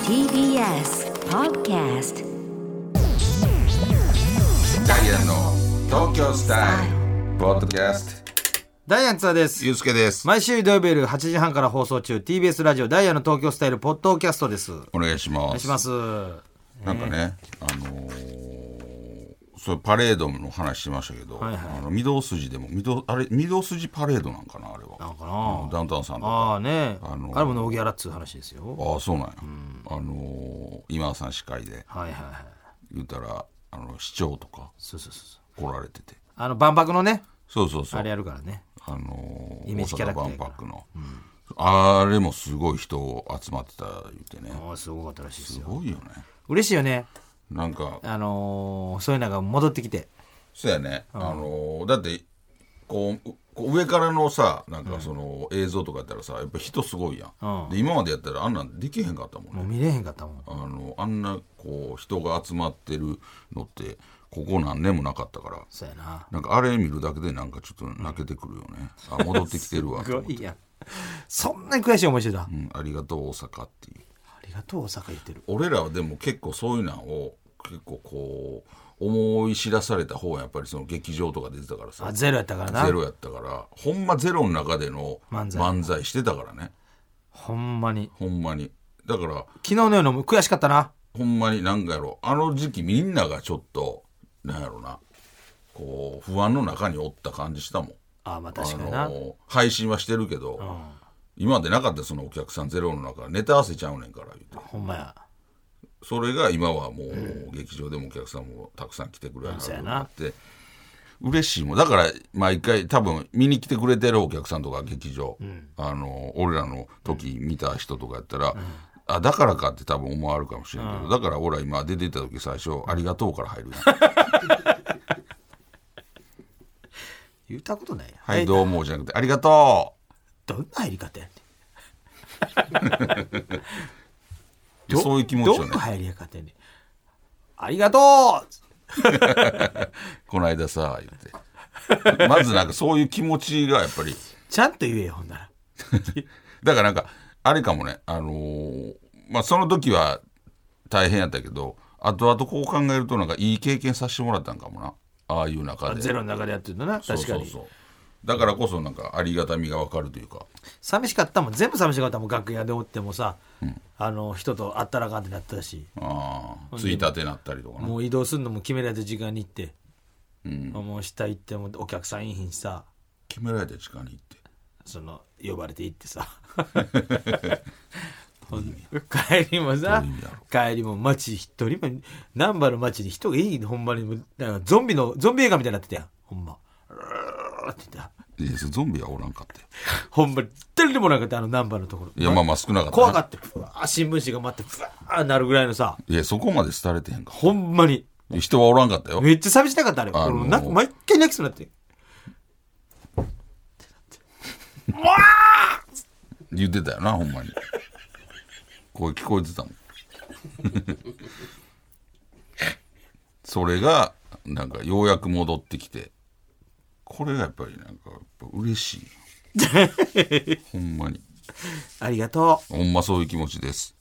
TBS Podcast ダイアンの東京スタイルポッドキャストダイアンツアです。ゆうすけです毎週土曜日夜8時半から放送中、TBS ラジオダイヤの東京スタイルポッドキャストです。おお願いします願いします。なんかねあのーそうパレードの話してましたけど、あの御堂筋でも御堂あれ御堂筋パレードなんかなあれはなんかなうんダウンタウンさんとかああね、ああのれもノーギャラっつう話ですよ。ああそうなんや、あのー今田さん司会ではいはいはい。言ったらあの市長とかそうそうそうそう。来られててあの万博のね、そうそうそうあれやるからね。あのーイメージキャラクター大や阪から万博の、あれもすごい人集まってた言ってねああ、すごかったらしいですすよ。ごいよね嬉しいよね。なんかあのーそういうのが戻ってきて。そうやね、あのーだってこううこう上からのさなんかその映像とかやったらさやっぱ人すごいやん、うんで今までやったらあんなんできへんかったもんもうね、見れへんかったもん。あのあんなこう人が集まってるのってここ何年もなかったからそうやな。なんかあれ見るだけでなんかちょっと泣けてくるよね、あ戻ってきてるわ すとご思っていやん。そんなに悔しい思いしてた。あうん、ありがとう大阪っていうりがとう、大阪行ってる。俺らはでも結構そういうのを結構こう思い知らされた方はやっぱりその劇場とか出てたからさあ、ゼロやったからなゼ。ロやったからほんまゼロの中での漫才漫才してたからねほんまに。ほんまにだから昨日の夜のも悔しかったな。ほんまになんかやろあの時期みんながちょっとなんやろなこう不安の中におった感じしたもんああ、まあ確かにな。あの配信はしてるけど、今までなかったそのお客さんゼロの中ネタ合わせちゃうねんから言うてほんまや。それが今はもう劇場でもお客さんもたくさん来てくれるようになって嬉しいもんだから毎回多分見に来てくれてるお客さんとか劇場、あの俺らの時見た人とかやったら、あだからかって多分思われるかもしれんけど、だから俺ら今出てた時最初「ありがとう」から入るや ん「言ったことないやん。はいえどうも」じゃなくて「ありがとどんな入り方やねう」いやそういう気ん。持ちよどんねな入り方やねん。ありがとうこの間さ言ってまずなんかそういう気持ちがやっぱりちゃんと言えよ、ほんなら。 だからなんかあれかもねあのーまあその時は大変やったけど後々こう考えるとなんかいい経験させてもらったんかもなああいう中でゼロの中でやってるのな、そう確そかうにそ。うだからこそなんかありがたみがわかるというか寂しかったもん、全部寂しかったもん、楽屋でおってもさ、あの、人と会ったらあかんってなったし、ああついたてなったりとかなもう移動するのも決められた時間に行って、もう下行ってもお客さんいいひんしさ、決められた時間に行ってその、呼ばれて行っ てさ。ほん帰りもさどういう意味だろ、帰りも街一人も、難波の街に人がいい、ほんまにもう。なんかゾンビの、ゾンビ映画みたいになってたやん。ほんま。うーって言っていやゾンビはおらんかったよたほんまに、誰でもなかった、あの難波のところ。いやまあまあ少なかった怖かっって、ふわー新聞紙が待って、ふわーなるぐらいのさ、たいやそこまで廃れてへんかほんまに。人はおらんかったよめっちゃ寂しなかった、あれ。あのー俺もなんか毎回泣きそうになって。言ってたよなほんまに声聞こえてたもんそれがなんかようやく戻ってきてこれがやっぱりなんかやっぱ嬉しいよほんまにありがとう。ほんまそういう気持ちです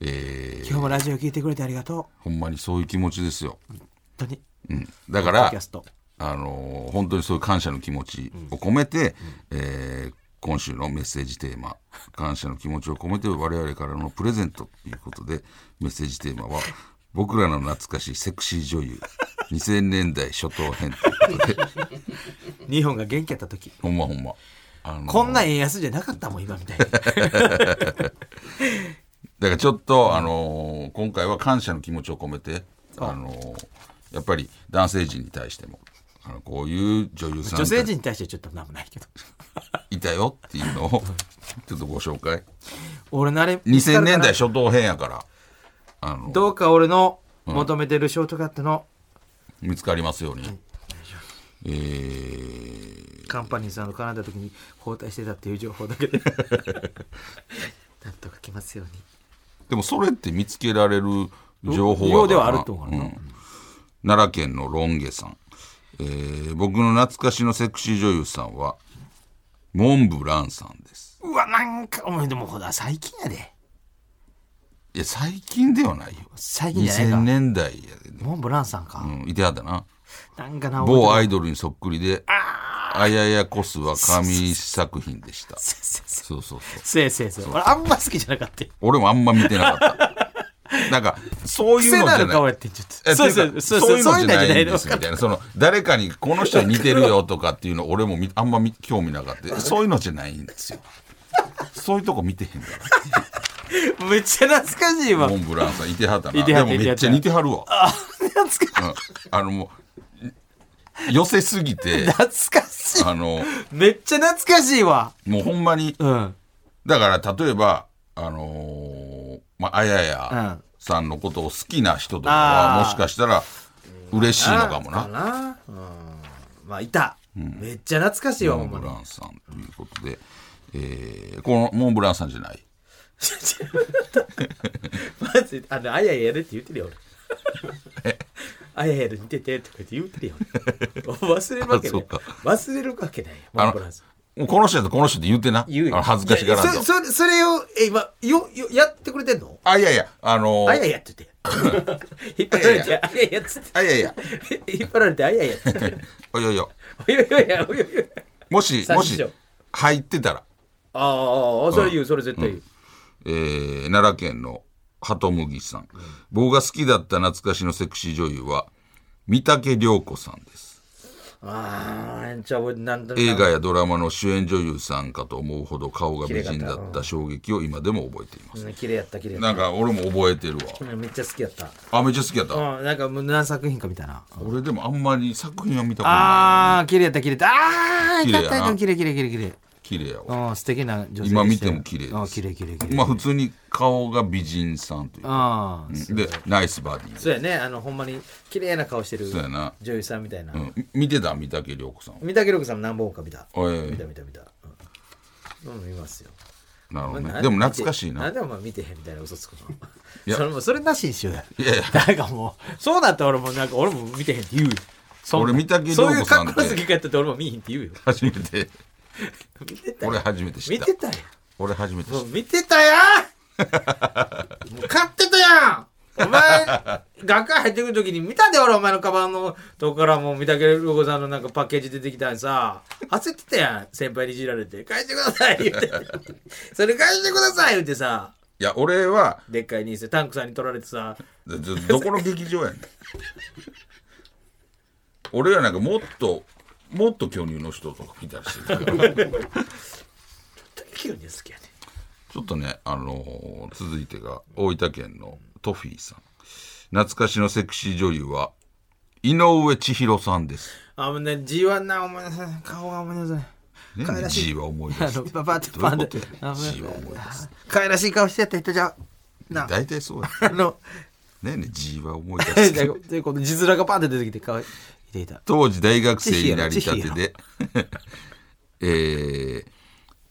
えー今日もラジオ聞いてくれてありがとう。ほんまにそういう気持ちですよ、本当に。うん、だかポッドらキャスト。あのー本当にそういう感謝の気持ちを込めて、えー今週のメッセージテーマ「感謝の気持ちを込めて我々からのプレゼント」ということでメッセージテーマは「僕らの懐かしいセクシー女優2000年代初頭編」という ことで日本が元気やった時。ほんまほんまあのーこんな円安じゃなかったもん、今みた いに。だからちょっと、あのー今回は感謝の気持ちを込めて、あのーやっぱり男性陣に対してもあのこういう女優さん女性陣に対してはちょっとなんもないけど。いたよっていうの をちょっとご紹介。俺のあれ、 2000年代初頭編やからあのどうか俺の求めてるショートカットの見つかりますように、えーカンパニーさんの絡んだ時に包帯してたっていう情報だけ で。なんとか来ますように。でもそれって見つけられる情報やからようではあると思うからなうん奈良県のロンゲさん、えー僕の懐かしのセクシー女優さんはモンブランさんですうわ、なんか、お前でもほら、最近やで。いや最近ではないよ最近じゃないか2000年代やで、モンブランさんか、うん、いてはったななんかな某ア覚えイドルにそっくりで「あややこす」は神作品でしたてるせせそうそうそうせせせせ俺あんま好きじゃな かったよ俺もあんま見てなか ったなんかそういう癖のじなゃる顔なやいってちょっえとそうそうていかそうそうそういうそうのいじうゃのなじゃないいんの分ですかみったいなその誰かにこの人に似てるよとかっていうの俺もみあんまみ興味なか ったそういうのじゃないんですよそういうとこ見てへんから めっちゃ懐かしい わモンブランさんいてはったいなてではったもめっちゃ似てはるわ懐うかんあのもう寄せすぎ て懐かしいあのめっちゃ懐かしいわもうほんまにうんだから例えばあのーまああややさんのことを好きな人とかあはーもしかしたら嬉しいのかもななうんまあいためっちゃ懐かしいわほモんンまブに ランさんということで、えーこのモンブランさんじゃないマジであのあやややれって言ってるよ俺あややで似ててとか言って言ってるよ俺忘れるわけなあそいうか忘れるわけないよモあンブランさんのもうこの人とこの人で言うてな言うあのよ恥ずかしがらんいやとそそれそれをえ今よよやってくれてんのあいやいやあのーあややって 言って引っ張られてあややっつっあいやいや て引っ張られてあややっつっておいおいおいおいおいおいおいおいおいもしさあも師し匠入ってたら、ああそれ言うそれ絶対言うえー奈良県の鳩麦さん、僕が好きだった懐かしのセクシー女優は三宅涼子さんですああじゃあ俺なんだ映画やドラマの主演女優さんかと思うほど顔が美人だった衝撃を今でも覚えています綺麗やった綺麗やっなんか俺も覚えてるわためっちゃ好きやったあめっちゃ好きやったうんなんかもう何作品かみたいな俺でもあんまり作品は見たことなああ綺麗やった綺麗やったああ綺綺麗や麗な綺麗綺麗綺麗綺麗い綺麗やわうん素敵な女性でしたよ今見ても綺麗ですうん綺麗綺麗綺麗まあ普通に顔が美人さんというかああでナイスバディそうやねあのほんまに綺麗な顔してるそうやな女優さんみたいなうん見てた三宅涼子さん三宅六さんも何本か見たおい見た見た見たうんうん見ますよなるほどまあねでも懐かしいななんでお前見てへんみたいな嘘つくのやそれもそれなしにしようやいやいやなんかもうそうなったら俺もなんか俺も見てへんって言うよそんな俺見たけどそういう格好お子のさん好ってき方って俺も見えへんって言うよ初めて見てたよ俺初めて知見ったてたよ俺初めて知もっう見てた やんもう買ってたやんお前学会入ってくる時に見たで俺お前のカバンのとこからもう見たけどロゴさんのなんかパッケージ出てきたんにさ焦ってたやん先輩にいじられて返してください 言ってそれ返してください言ってさいや俺はでっかいニースタンクさんに取られてさどどこの劇場 やねん俺はなんかもっともっと巨乳の人とか見たりしてたから急に好きやねちょっとね、あのー続いてが大分県のトフィーさん。懐かしのセクシー女優は井上千尋さんです。あもうね G1 なお前顔がお前さね、可愛らしい G は思いあ出すの。パパってパンでどういうことあやもう G は思い出す。可愛らしい顔してやった人じゃんな大体そうや。 あのねえねえ G は思い出えす。 なんかでこの字面がパンって出てきてかわいい入れた当時大学生になりたてで、 えー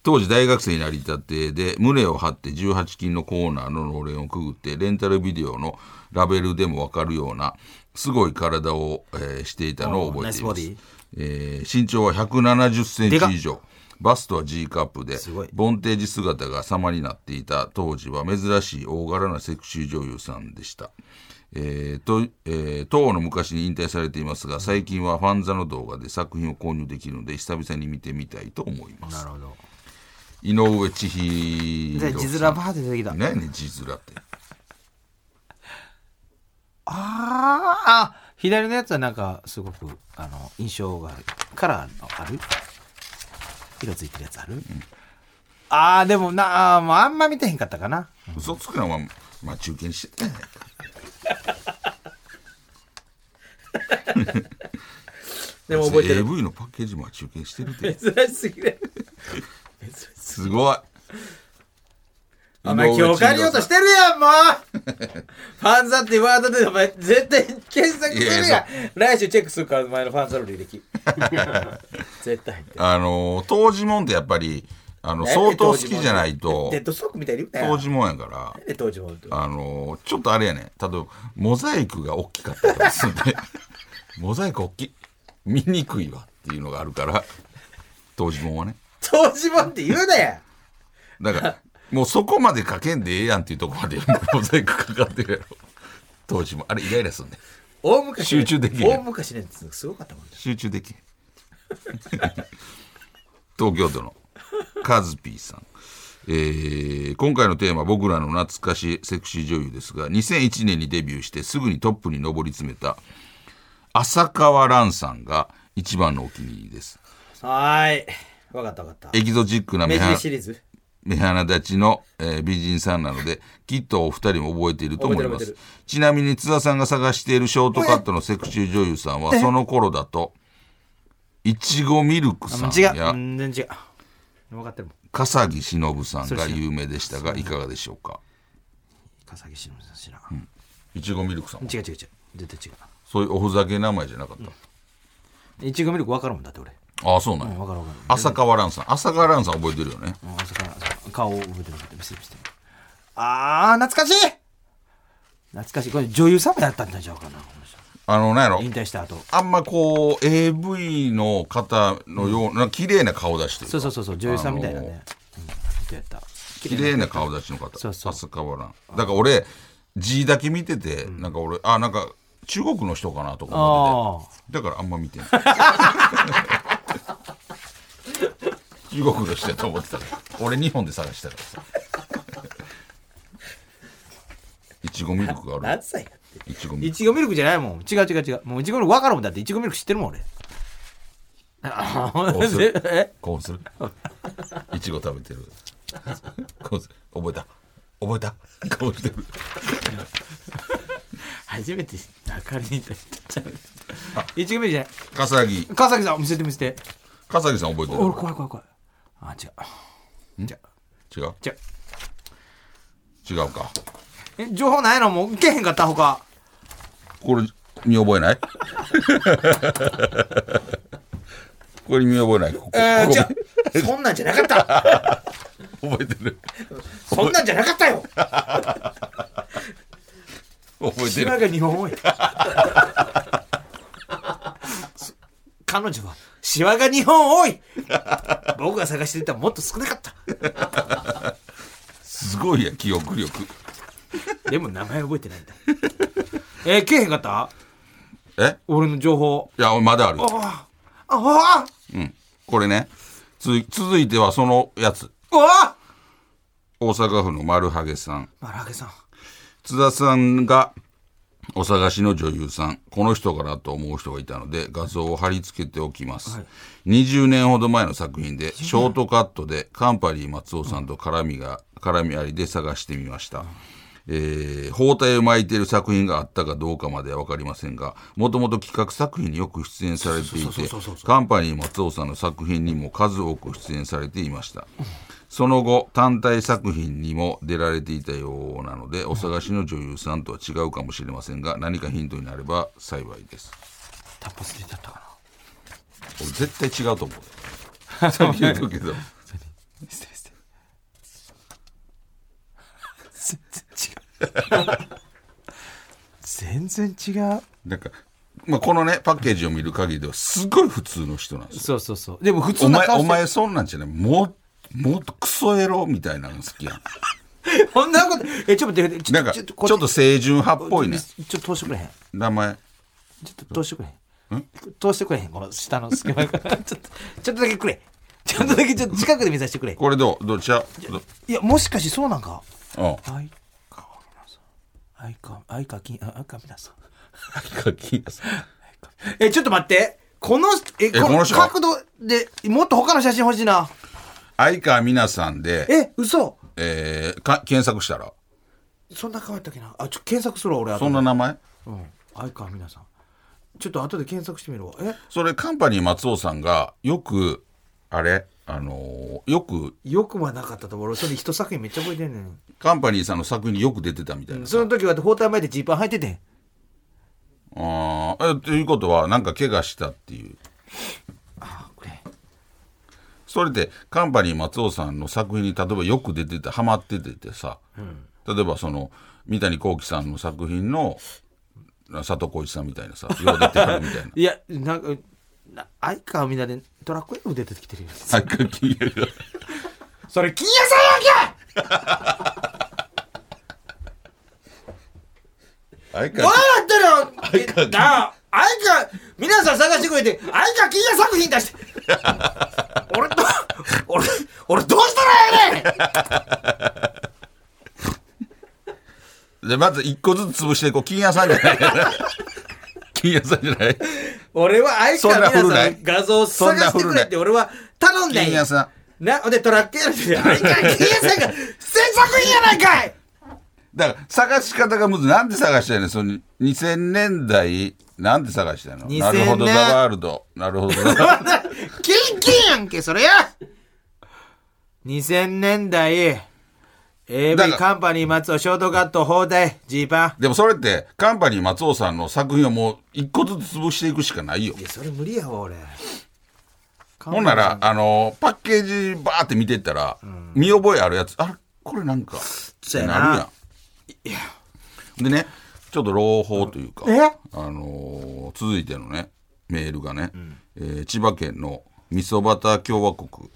当時大学生になりたてで胸を張って18金のコーナーののれんをくぐってレンタルビデオのラベルでも分かるようなすごい体を、えーしていたのを覚えていおーナイスボまデすィ、えー身長は1 7 0センでかっチ以上バストは G カップですごいボンテージ姿が様になっていた当時は珍しい大柄なセクシー女優さんでした。えーとえー、当の昔に引退されていますが最近はファンザの動画で作品を購入できるので久々に見てみたいと思いますなるほど井上千尋じゃあ字面バーって出てきた何やねん字面ってあーあ左のやつはなんかすごくあの印象があるカラーのある色ついてるやつある、ああでもなあーもうあんま見てへんかったかな嘘つくのは待ち受けにしてたやないかでも覚えてる AV のパッケージ待ち受けにしてるって 珍しすぎる珍しすすごいぎるお前今日借りようとしてるやんもう ファンザってワードでお前絶対検索するいやいややん来週チェックするからお前のファンザの 履歴絶対入ってるあのー当時もんってやっぱりあのね相当好きじゃないとデッドストックみたいに言うな当よ時もんやからで当時もとあのーちょっとあれやね例えばモザイクが大きかったりとかするんで モザイク大きい見にくいわっていうのがあるから当時もんはね当時もって言うなやだからもうそこまでかけんでええやんっていうとこまで モザイクかかってるやろ当時もあれイライラすんね大昔集中できへん大昔ねすごかったもんね集中できへん 東京都のカズピーさん、えー今回のテーマ僕らの懐かしいセクシー女優ですが2001年にデビューしてすぐにトップに上り詰めた浅川蘭さんが一番のお気に入りですはーいわかったわかったエキゾチックな目目尻鼻シリーズ目鼻立ちの、えー美人さんなのできっとお二人も覚えていると思いま覚えてする覚ちなみに津田さんが探しているショートカットのセクシー女優さんはその頃だといちごミルクさん違うや全然違う分かってるもん笠木忍さんそれが知らん有名でしたがいかがでしょうか笠木忍さん知らん、いちごミルクさんも違う違う違う絶対違そういうおふざけ名前じゃなかった、ういちごミルク分かるもんだって俺ああそうなんや、分かる分かる浅川蘭さん浅川蘭さん覚えてるよねうん朝から朝顔を覚えてなかった見せて見せてあー懐かしい懐かしいこれ女優様やったんじゃうかなこの人あのなんやろ引退した後あんまこう AV の方のような綺麗な顔出してるそうそうそうそう女優さんみたいなね、うん、人やった綺麗な顔立ちの方そうそう浅川蘭だから俺字だけ見てて、なんか俺あなんか中国の人かなとか思っててだからあんま見てない 中国の人やと思ってたから俺日本で探したからさいちごミルクがある何歳やっていちごミいルクちごミルクじゃないもん違う違う違うもういちごミルク分かるもんだっていちごミルク知ってるもん俺あうするえこうするいちご食べてるこうする覚えた覚えたこうしてる初めて中にいた人いちごミルクじゃない笠木川崎さん見せて見せて笠木さん覚えて俺怖い怖い怖いあ違う違うる違う違う違うかえ情報ないのもう受けへんかったほかこれ見覚えない これ見覚えないここえー、こ違うそんなんじゃなかったこ覚えてるそんなんじゃなかったよ覚えて島るが日本多い彼女はシワが日本多い僕が探していたもっと少なかったすごいや記憶力でも名前覚えてないんだえー、けえへんかったえ俺の情報いやまだあるあああうんこれねつ続いてはそのやつああ大阪府の丸ハゲさん丸揚げさん津田さんがお探しの女優さんこの人かなと思う人がいたので画像を貼り付けておきます、はい20年ほど前の作品でショートカットでカンパリー松尾さんと絡みが絡みありで探してみました、えー包帯を巻いている作品があったかどうかまでは分かりませんがもともと企画作品によく出演されていてカンパニー松尾さんの作品にも数多く出演されていましたその後単体作品にも出られていたようなのでお探しの女優さんとは違うかもしれませんが何かヒントになれば幸いですタッパス出ちゃったか俺絶対違うと思うそう 言うとくけどな失礼失礼全然違う全然違うなんか、まあ、このねパッケージを見る限りではすごい普通の人なんですよそうそうそうでも普通おな前顔おして前そんなんじゃないもうもっとクソエロみたいなの好きやんそんなこと、え、ちょっと待って、ちょなっんかと、ちちょょっっとと、清純派っぽいねちょっと通してくれへん。名前ちょっと通してくれへん。通してくれへん、この下の隙間から。 ちょっと、ちょっとだけくれ。ちょっとだけ、ちょっと近くで見させてくれ。これどうどっちやどいや、もしかしてそうなんか。うん相川皆さん。相川、相川金、あ相川皆さん。え、ちょっと待って。この、え、ここのの人角度で、もっと他の写真欲しいな。相川みなさんで、え、嘘。えーか検索したらそんな変わったっけな。あ、ちょ、検索するわ、俺。後でそんな。名前うん。相川皆さん。ちょっと後で検索してみるわ。え、それカンパニー松尾さんがよくあれあのーよくよくはなかったと思う。俺それ一作品めっちゃ覚えてんねん。カンパニーさんの作品によく出てたみたいな、その時は包帯巻いてジーパン履いててん。あーえということはなんか怪我したっていうあ、これ。それでカンパニー松尾さんの作品に例えばよく出ててハマってててさ、例えばその三谷幸喜さんの作品の佐藤浩市さんみたいなさよう出てはるみたい ないや、なんか、な相川みんなでトラック F 出てきてるよ。最近それ、金谷さんやんけ相変わらずどうな ってるよだあいか、皆さん探してくれて、あいか金や作品出 して。俺ど、俺、俺どうしたらええねんでまず一個ずつ潰していこう金屋さんじゃない金屋さんじゃない俺はあいかそんな皆古なさいん画像を探してくれって俺は頼んだん金や屋。さんな、ほんでトラックやるって、あいか金やさんが制作品やないかいだから探し方がむずいなんで探したいのその2000年代なんで探したいの2000なるほどザワールドなるほど ザワールド キンキンやんけ、それや2000年代、だ AV からカンパニー松尾ショートカット放題、ジーパン。でもそれってカンパニー松尾さんの作品をもう一個ずつ潰していくしかないよいや、それ無理やわ、俺。ほんならあのパッケージバーって見てったら、見覚えあるやつあれこれなんかってそうやななるやんでねちょっと朗報というか、えあのー続いてのねメールがね、えー千葉県のみそばた共和国、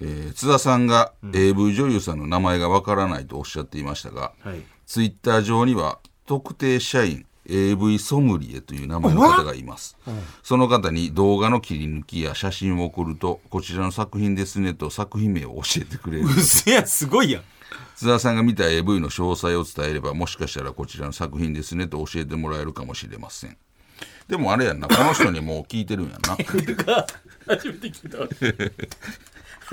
えー津田さんが AV 女優さんの名前がわからないとおっしゃっていましたが、はいツイッター上には特定社員 AV ソムリエという名前の方がいます、その方に動画の切り抜きや写真を送るとこちらの作品ですねと作品名を教えてくれるうせや、すごいやん。津田さんが見た AV の詳細を伝えればもしかしたらこちらの作品ですねと教えてもらえるかもしれませんでもあれやんなこの人にもう聞いてるんやんな初めて聞い た。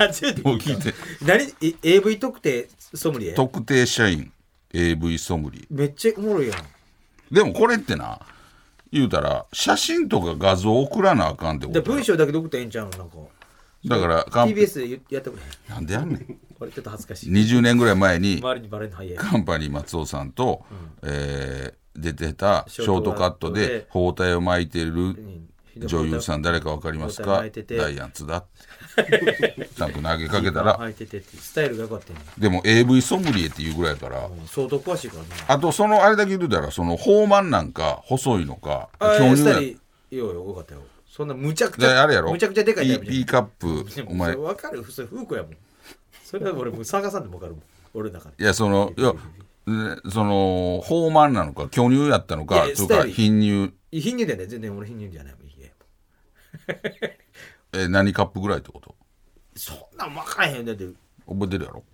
初めてもう聞いて何え ?AV 特定ソムリエ特定社員 AV ソムリエめっちゃおもろいやん。でもこれってな言うたら写真とか画像送らなあかんってこでとだ文章だけで送ったらええんちゃうのなんか。だからカン TBS でやってくれへん。なんでやんねんこれちょっと恥ずかしい。 20年ぐらい前に周りにバレるの早い。カンパニー松尾さんと、えー出てたショートカットショートカットでで包帯を巻いてる女優さん。ん誰かわかります包帯か巻いててダイアン津田なんか投げかけ たら履いててってスタイルが良かったよね。でも AV ソムリエっていうぐらいやからうん相当詳しいからね。あとそのあれだけ言うてたらその豊満なんか細いのかあ巨乳スやタイルようよ、よかったよ。そんなむちゃくちでゃ、あれやろむちゃくちゃでかいタイプ B じカッゃプ ん。お前それわかるそれ、フーコやもん。それは俺もう探さんでもわかるもん。俺の中で。いやそ のいやねその豊満なのか巨乳やったのいかやいやそれからスタイル貧乳貧乳だよね。全然俺貧乳じゃないもん。いやえ何カップぐらいってことそんなん分からへんよ。だって、覚えてるやろ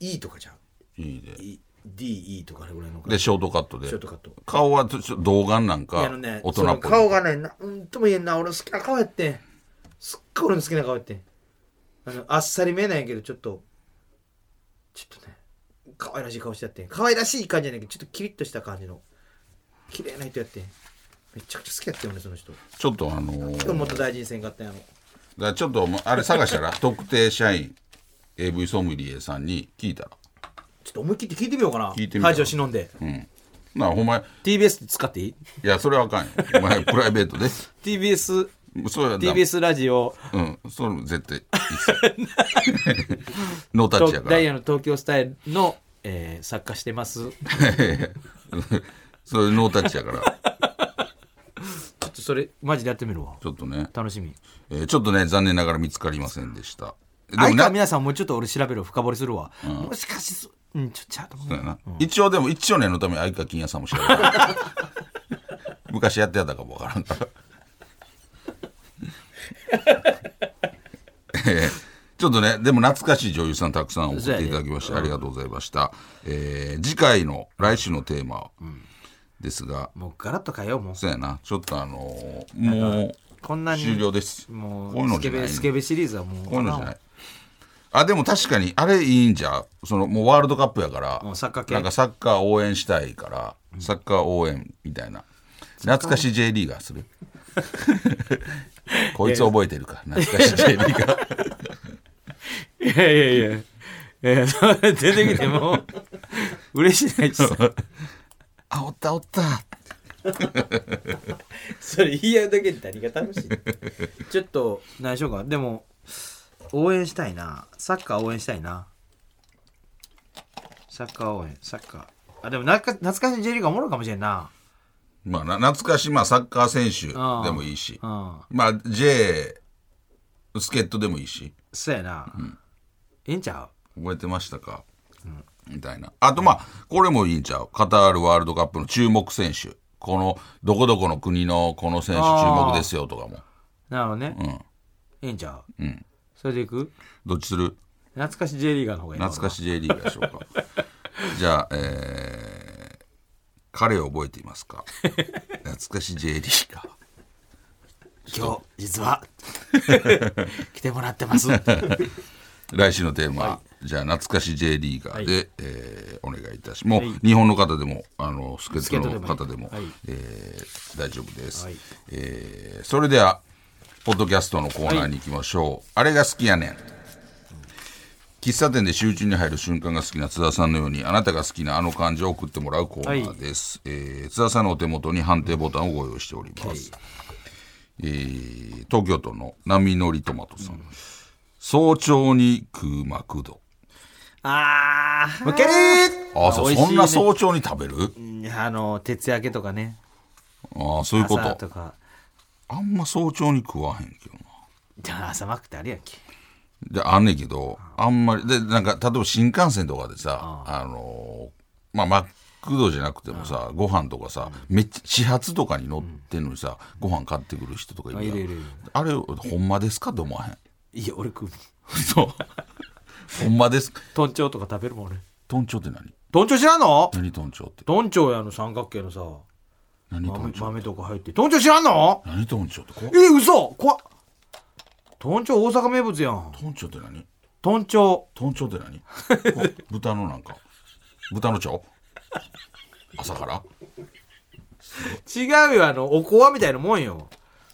E とかじゃん。いいで E D、E とかあれぐらいのか。でショートカットでショートカット。顔はちょっと童顔なんいやかあのね、大人そっのぽい顔がね、なんとも言えんな。俺好きな顔やってん。すっごい俺の好きな顔やってん。あの、あっさり見えないんやけど、ちょっと、ちょっとね、可愛らしい顔してやってん。可愛らしい感じじゃないけど、ちょっとキリッとした感じの、綺麗な人やってん。めちゃくちゃ好きやってん、俺その人。ちょっとあのーもっと大事にせんかったんやろ。だからちょっともうあれ探したら特定社員 AV ソムリエさんに聞いたらちょっと思い切って聞いてみようかな。聞いてみよう排除忍んで。うんなあほんま TBS って使っていいいやそれはあかんよお前プライベートで ?TBS、そうやだ TBS ラジオ、うんそれ絶対いいっすノータッチやかダらイヤの東京スタイルの、えー作家してます。 それノータッチやからちょっとそれマジでやってみるわちょっとね、楽しみえーちょっとね残念ながら見つかりませんでしたであいかな皆さんもうちょっと俺調べる深掘りするわ、もしかしそうんちょっとちゃうと思うそうやな一応でも一応念のため相川金也さんも知らない 昔やってやったかもわからんからえーちょっとねでも懐かしい女優さんたくさん送っていただきまして、ありがとうございました、えー次回の来週のテーマですが、もうガラッと変えようもうそうやなちょっとあのーもこんうなに終了ですもこういううのスじゃなケいベねスケベシリーズはもうこういうのじゃあなかんい。あ、でも確かに、あれいいんじゃうその、もうワールドカップやから、うんサッカー系なんかサッカー応援したいから、サッカー応援みたいな。懐かしい J リーガーす る。こいつ覚えてるか、懐かしい J リーガー。わいやいやいやえー、出てきても う嬉しいないしあ、おったおった。それ言い合うだけで何が楽しいちょっと何でしょうかでも応援したいなサッカー応援したいなサッカー応援サッカーあでもなか懐かしい J リーガーおもろいかもしれんなまあな、懐かしい、まあサッカー選手でもいいしう、んまあ J、助っ人でもいいし、そうやな、ええんちゃう覚えてましたか、みたいなあとまあこれもいいんちゃうカタールワールドカップの注目選手このどこどこの国のこの選手注目ですよとかもなるほどね。いいんちゃう、それでいくどっちする懐かし J リーガーの方がいいの懐かし J リーガーでしょうか じゃあえー彼を覚えていますか懐かし J リーガー今日、実 は、来てもらってます。来週のテーマは、じゃあ懐かし J リーガーで、えーお願いいたしますもう、日本の方でもあの助っ人の方でも助っ人でもいいはいえー大丈夫です、はいえーそれではポッドキャストのコーナーに行きましょう、あれが好きやねん喫茶店で集中に入る瞬間が好きな津田さんのようにあなたが好きなあの漢字を送ってもらうコーナーです、えー津田さんのお手元に判定ボタンをご用意しております、えー東京都の波乗りトマトさん、早朝に食うマクドあー、むけるああそう、美味しそいんねな早朝に食べるうんあの、徹夜明けとかね。ああそういうこ朝ととか。あんま早朝に食わへんけどなじゃあ朝マックってあるやんけ。であんねんけどあんまりでなんか例えば新幹線とかでさあのーまあマクドじゃなくてもさご飯とかさめっちゃ始発とかに乗ってんのにさご飯買ってくる人とかいるやあいるいるいるんあれほんまですかって思 わへんいや、俺食う。そうほんまですかトンチョウとか食べるもん俺。トンチョって何トンチョウ知らんの何トンチョってトンチョウやの三角形のさ、何トン豆チョ豆とか入って。トンチョウ知らんの何トンチョってこえ、嘘怖っ。トンチョウ大阪名物やん。トンチョって何トンチョウ。豚腸って何こう豚のなんか豚の腸朝から違うよ、あの、おこわみたいなもんよ。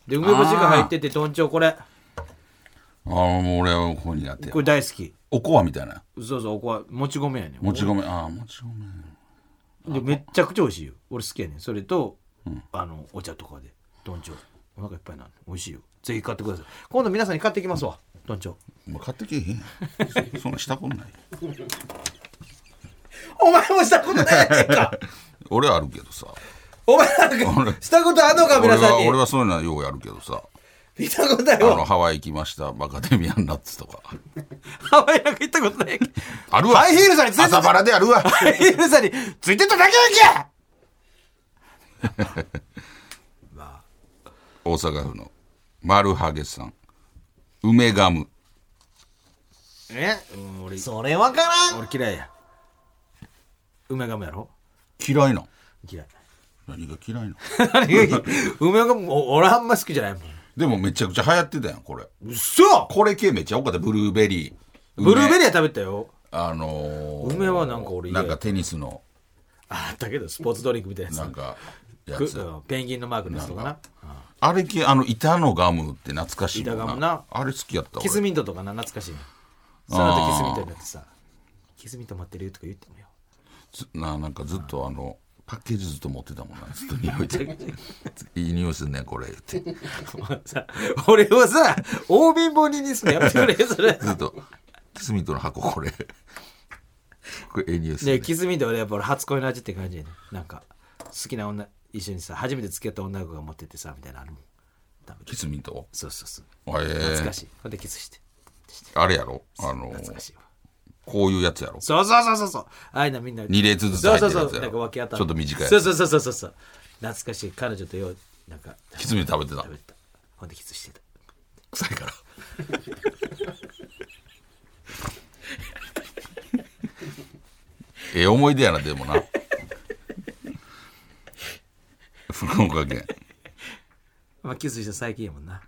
で、梅干しが入ってて、トンチョウこれ。ああもう俺はこう苦手やこれ大好き。おこわみたいなそうそう、おこわ、もち米やねん。もち米ああもち米でめっちゃくちゃ美味しいよ俺好きやねんそれと、あのお茶とかでどんちょうお腹いっぱいになる美味しいよぜひ買ってください今度皆さんに買ってきますわどんちょうお前買ってけえへんやんそんな したことないお前もしたことないやねん か俺はあるけどさお前なんかしたことあんのか俺皆さはんに俺はそういうのはようやるけどさ見たことないあのわハワイ行きましたマカデミアンナッツとかハワイなんか行ったこと ないやんけあるわハイヒールさんについて朝バラであるわハイヒールさんについてっただけやんけ大阪府のマルハゲさん梅ガムえ、うん、俺それわからん俺嫌いや梅ガムやろ嫌いな嫌い何が嫌いな 梅ガムお俺あんま好きじゃないもんでもめちゃくちゃ流行ってたやんこれうそこれ系めっちゃ多かったブルーベリー梅ブルーベリーは食べたよあのー、梅はなんか俺嫌なやんかテニスのああったけどスポーツドリンクみたいななやんかやつつくペンギンのマークのやつとかなあれ系あの板のガムって懐かしいもん板ガムなあれ好きやったキス俺ミントとかな懐かしいなその後キスミントになってさキスミント待ってるよとか言ってもよずななんかずっとあのパッケージずっと持ってたもんなずっと匂いていい匂いすんねんこれ ってずお前さ俺をさ大貧乏人にすんのやめてくれよそれっとキスミントの箱これ これええ匂いするねねえキスミント俺やっぱ俺初恋の味って感じやねなんか好きな女一緒にさ初めて付き合った女の子が持ってってさみたいなのあるもんダメキスミントそうそうそうええ懐かしいほんでキスしてあれやろあの懐かしいわこういうやつやろそうそうそうそうそうああいうのみんな二列ずつそ入うってそるうやつやろそうなんか分け合ったちょっと短いやつそうそうそうそうそうそう懐かしい彼女とようなんかキスミント食べてた食べてたほんでキスしてた臭いからええ思い出やなでもな福岡県まあキスした最近やも んな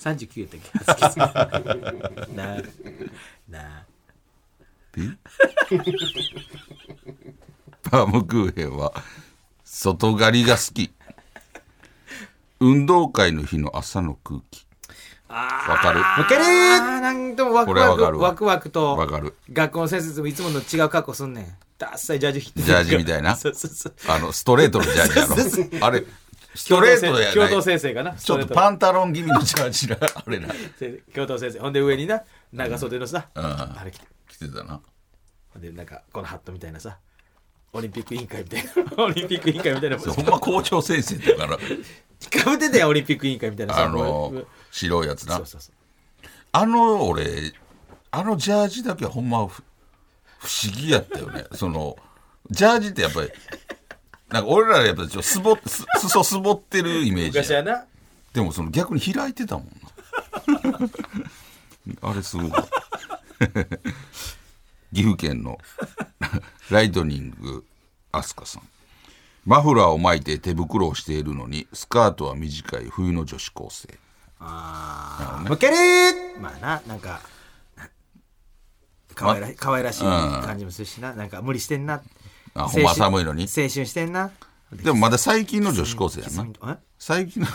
39やったっけ 初キスなあなあバームクーヘンは外刈りが好き運動会の日の朝の空気わかるわかるーなんともワクこれはワわかるクわワクワクとわかる学校の先生もいつもの違う格好すんねんダッサいジャージ着てジャージみたいな そうそうそうあのストレートのジャージやろそうそう あれストレートや教な頭い先生がなちょっとパンタロン気味のジャージなあれな教頭先生ほんで上にな長袖のさ、あれ着て着てたなほんでなんかこのハットみたいなさオリンピック委員会みたいな オリンピック委員会みたいなもんほんま校長先生だからかぶってたよオリンピック委員会みたいなさあのもう白いやつなそうそうそうあの俺あのジャージだけはほんまふ不思議やったよね そのジャージってやっぱりなんか俺らやっぱちょすぼす裾すぼってるイメー昔ジはやなでもその逆に開いてたもんな あれすごい 岐阜県の ライトニングアスカさんマフラーを巻いて手袋をしているのにスカートは短い冬の女子高生あーむけるーまあななんか可愛ら可愛らしい感じもするしななんか無理してんなあ青ほんま春寒いのに青春してんなでもまだ最近の女子高生やなえ最近の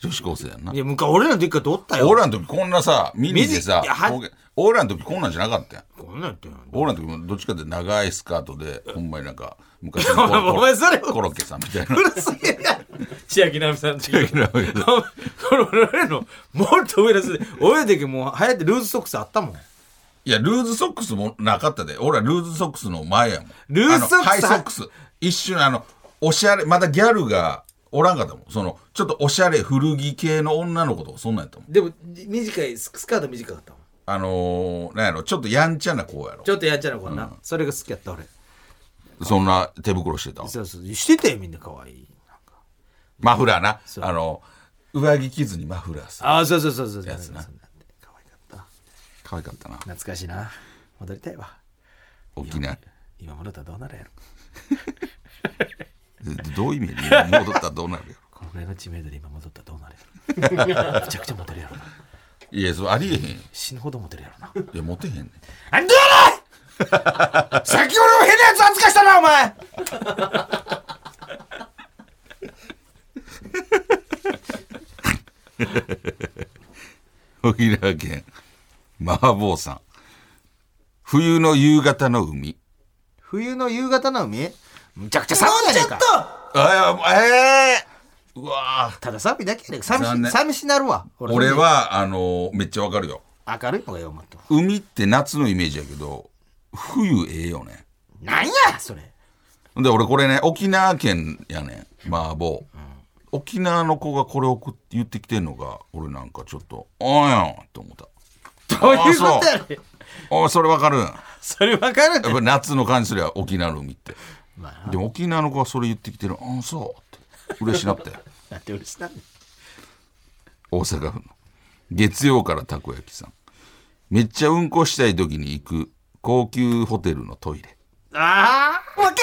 女子高生やんないや昔俺らの時からおったよ俺らの時こんなさミニでさミニいやは俺らの時こんなんじゃなかったやんこんなんやってんの俺らの時もどっちかって長いスカートでほんまになんか昔のコロお前それコロッケさんみたいな古すぎるやん 千秋直美さん千秋直美さん 俺らのもっと上の世代俺の時もう流行ってルーズソックスあったもんいやルーズソックスもなかったで俺らルーズソックスの前やもんルーズソックスあのハイソックス一瞬あのおしゃれまだギャルがおらんかったもんそのちょっとおしゃれ古着系の女の子とかそんなんやったもんでも短いススカート短かったもんあのー、なんやろちょっとやんちゃな子やろちょっとやっちゃな子な、それが好きやった俺そんな手袋してたんそうそうしてたよみんな可愛いマフラーなあの上着着ずにマフラーさああそうそうそうそうそうつなそうそう可愛かった可愛かったな懐かしいな戻りたいわ沖縄今戻ったらどうなるやろでどういう意味で戻ったらどう なるやろこのぐらいの知名度で今戻ったらどうなるや ろめちゃくちゃモテるやろないやそうありえへんい死ぬほどモテるやろなやモテへんねんなんでやねん先ほども変なやつ扱いしたなお前沖縄県マーボーさん冬の夕方の海冬の夕方の海むちゃくちゃ寒いじゃねえかあいやええうわーただ寒いだけやねん残寂念し寂しなるわ俺はあのめっちゃわかるよ明るいのがよもっと海って夏のイメージやけど冬ええよねなんやそれで俺これね沖縄県やねんマーボー、沖縄の子がこれを送って言ってきてんのが俺なんかちょっと「あんやん」と思ったどういうことやあねん「おいそれわかるん」やそれ分かるっっぱ夏の感じするやん沖縄の海ってまあでも沖縄の子はそれ言ってきてる「ああそう」って嬉しなって だって嬉しいな大阪府の月曜からたこ焼きさんめっちゃうんこしたい時に行く高級ホテルのトイレああ分かり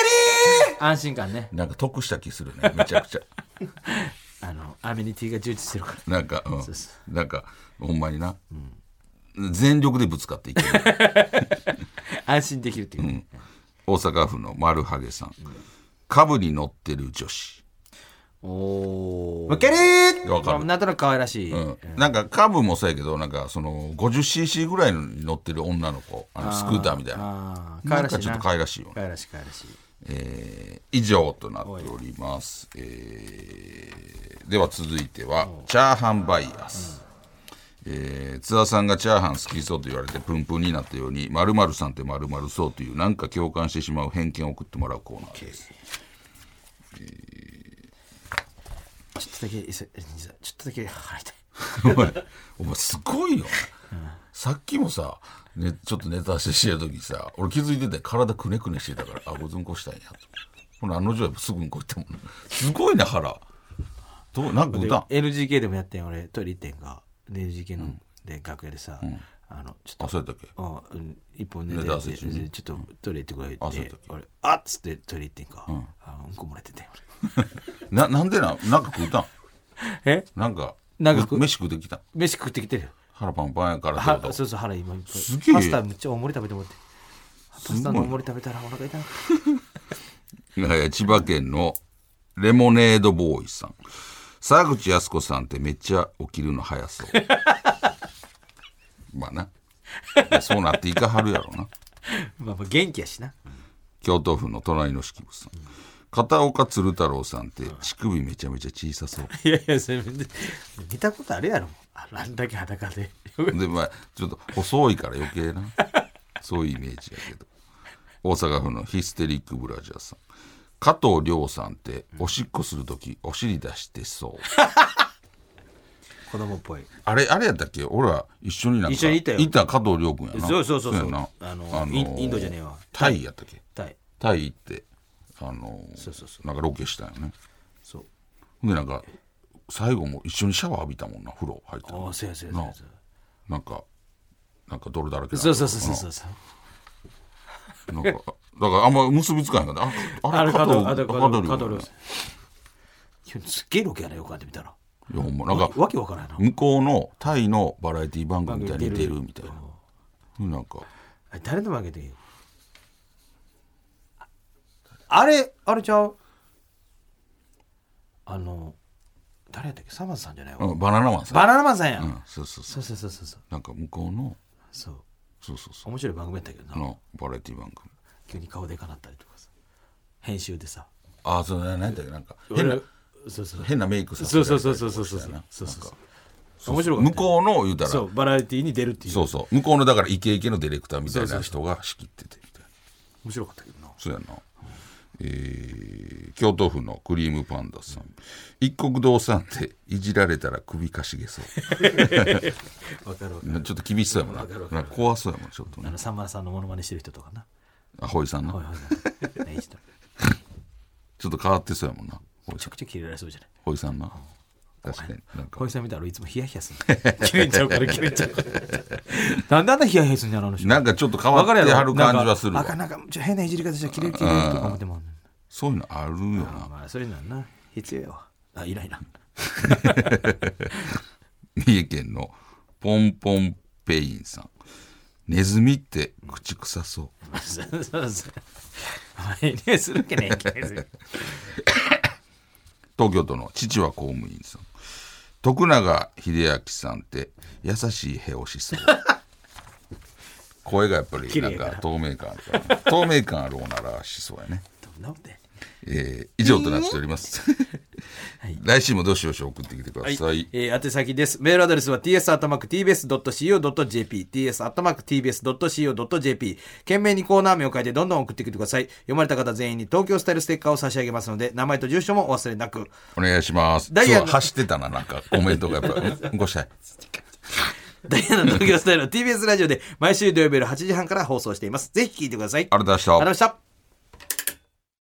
ー安心感ねなんか得した気するねめちゃくちゃあのアメニティが充実してるからなんか、うんそうそ、なんかほんまにな、全力でぶつかっていける安心できるっていう、大阪府の丸ハゲさん、カブに乗ってる女子、おお分かるーわかるなんとなく可愛らしい、うんなんかカブもそうやけどなんかその 50cc ぐらいのに乗ってる女の子あのスクーターみたいなああ可な愛んらしいかなちょっと可愛らしいよね可愛らしい可愛らしいえー以上となっております、えーでは続いてはチャーハンバイアス、えー津田さんがチャーハン好きそうと言われてプンプンになったように〇〇さんって〇〇そうというなんか共感してしまう偏見を送ってもらうコーナーですちょっとだけいそちょっとだけ払いた いお前お前すごいよ、さっきもさ、ね、ちょっとネタしてしてる時さ俺気づいてて体くねくねしてたからあごずんこしたいんやとほらあの女はすぐうんこ行ったもんなすごいな腹どうなんか歌 NGK でもやってん俺トイレ行ってんがで NGK の、で楽屋でさ、あのちょあっとそうやったっけあうん一本寝寝ててた汗中にでちょっとトイレ行ってこいあっそうやってたっけ俺あっつってトイレ行ってんか、あのうんこ漏れててななんでなんなんか食うたん俺えなんかなんか食うう飯食うてきたん飯食ってきてるよ腹パンパンやからってはこそとうそう腹今いっぱいすげえパスタめっちゃ大盛り食べてもらってパスタの大盛り食べたらお腹痛いいやいや千葉県のレモネードボーイさん沢口靖子さんってめっちゃ起きるの早そう まあなそうなっていかはるやろなまあまあ元気やしな京都府の隣の式部さん片岡鶴太郎さんって乳首めちゃめちゃ小さそういやいやそれ見たことあるやろああんだけ裸ででまあちょっと細いから余計なそういうイメージやけど大阪府のヒステリックブラジャーさん加藤亮さんっておしっこする時お尻出してそう子供っぽいあれあれやったっけ俺ら一緒になんか一緒に行ったよ行った加藤亮君やなそうそうそうそやうなあのインインドじゃねえわタイやったっけタイタイ行ってあのそうそうそなんかロケしたんよねそうほんでなんか最後も一緒にシャワー浴びたもんな風呂入ったああそうやそうやそうやそうやなんかなんか泥だらけなそうそうそうそうそうなんかだからあんま結びつかへんかったああれ加藤あ加藤れカド亮ル君すっげえロケやなよくあってみたらいやほんまなんかわけわからんな向こうのタイのバラエティ番組みたいに似てるみたいななんかあれ誰の負けてあれあれちゃうあの誰やったっけサマンさんじゃないわうんバナナマンさんバナナマンさんや、うんそうそうそそうそうそうそうそううなんか向こうのそうそうそうそう面白い番組やったけどな、あのバラエティ番組急に顔でかなったりとかさ編集でさああそうななんだっけなんか変な俺そうそう変なメイクさせらそうれたそうりそうとかそうそうそうしたそよななんかうそうそうそう面白かった向こうの言うたらそうバラエティーに出るっていうそうそう向こうのだからイケイケのディレクターみたいな人が仕切っててみたいな面白かったけどなそうやな、えー京都府のクリームパンダさん一国堂さんっていじられたら首かしげそう わかるわかるちょっと厳しそうやもんなわかるわなんか怖そうやもんちょっとあねのさんまさんのモノマネしてる人とかなあほいさんなはいはい はいね一度ちょっと変わってそうやもんなほいめちさゃんくちゃキレられそうじゃないほいさんな確かになんか小井さん見たらいつもヒヤヒヤする キレちゃうからキレちゃう からなんであんなヒヤヒヤするんやろあの人なんかちょっと変わわかるやってろはる感じはするなわんかなんかなんかちょっと変ないじり方したらキレるキレるとか思ってもんねんそういうのあるよあなまあそういうのはな必要やわあいらい ら三重県のポンポンペインさんネズミって口臭そうそうそうそう。お前ね、するわけねえけど。東京都の父は公務員さん徳永英明さんって優しい部をしそう声がやっぱり綺なん麗やかから透明感あるからね、透明感あるおならしそうやね、どんなことやねえー以上となっております、い来週もどしどし送ってきてください、はい、えー、宛先です。メールアドレスは ts.tbs.co.jp、ts.tbs.co.jp。懸命にコーナー名を書いてどんどん送ってきてください。読まれた方全員に東京スタイルステッカーを差し上げますので、名前と住所もお忘れな く。お願いしますダイアンそう走ってたななんかコメントがやっぱりうんごしたいダイアナ東京スタイルの TBS ラジオで毎週土曜日夜8時半から放送しています。ぜひ聞いてくださあい。りがとうございましたありがとうございました。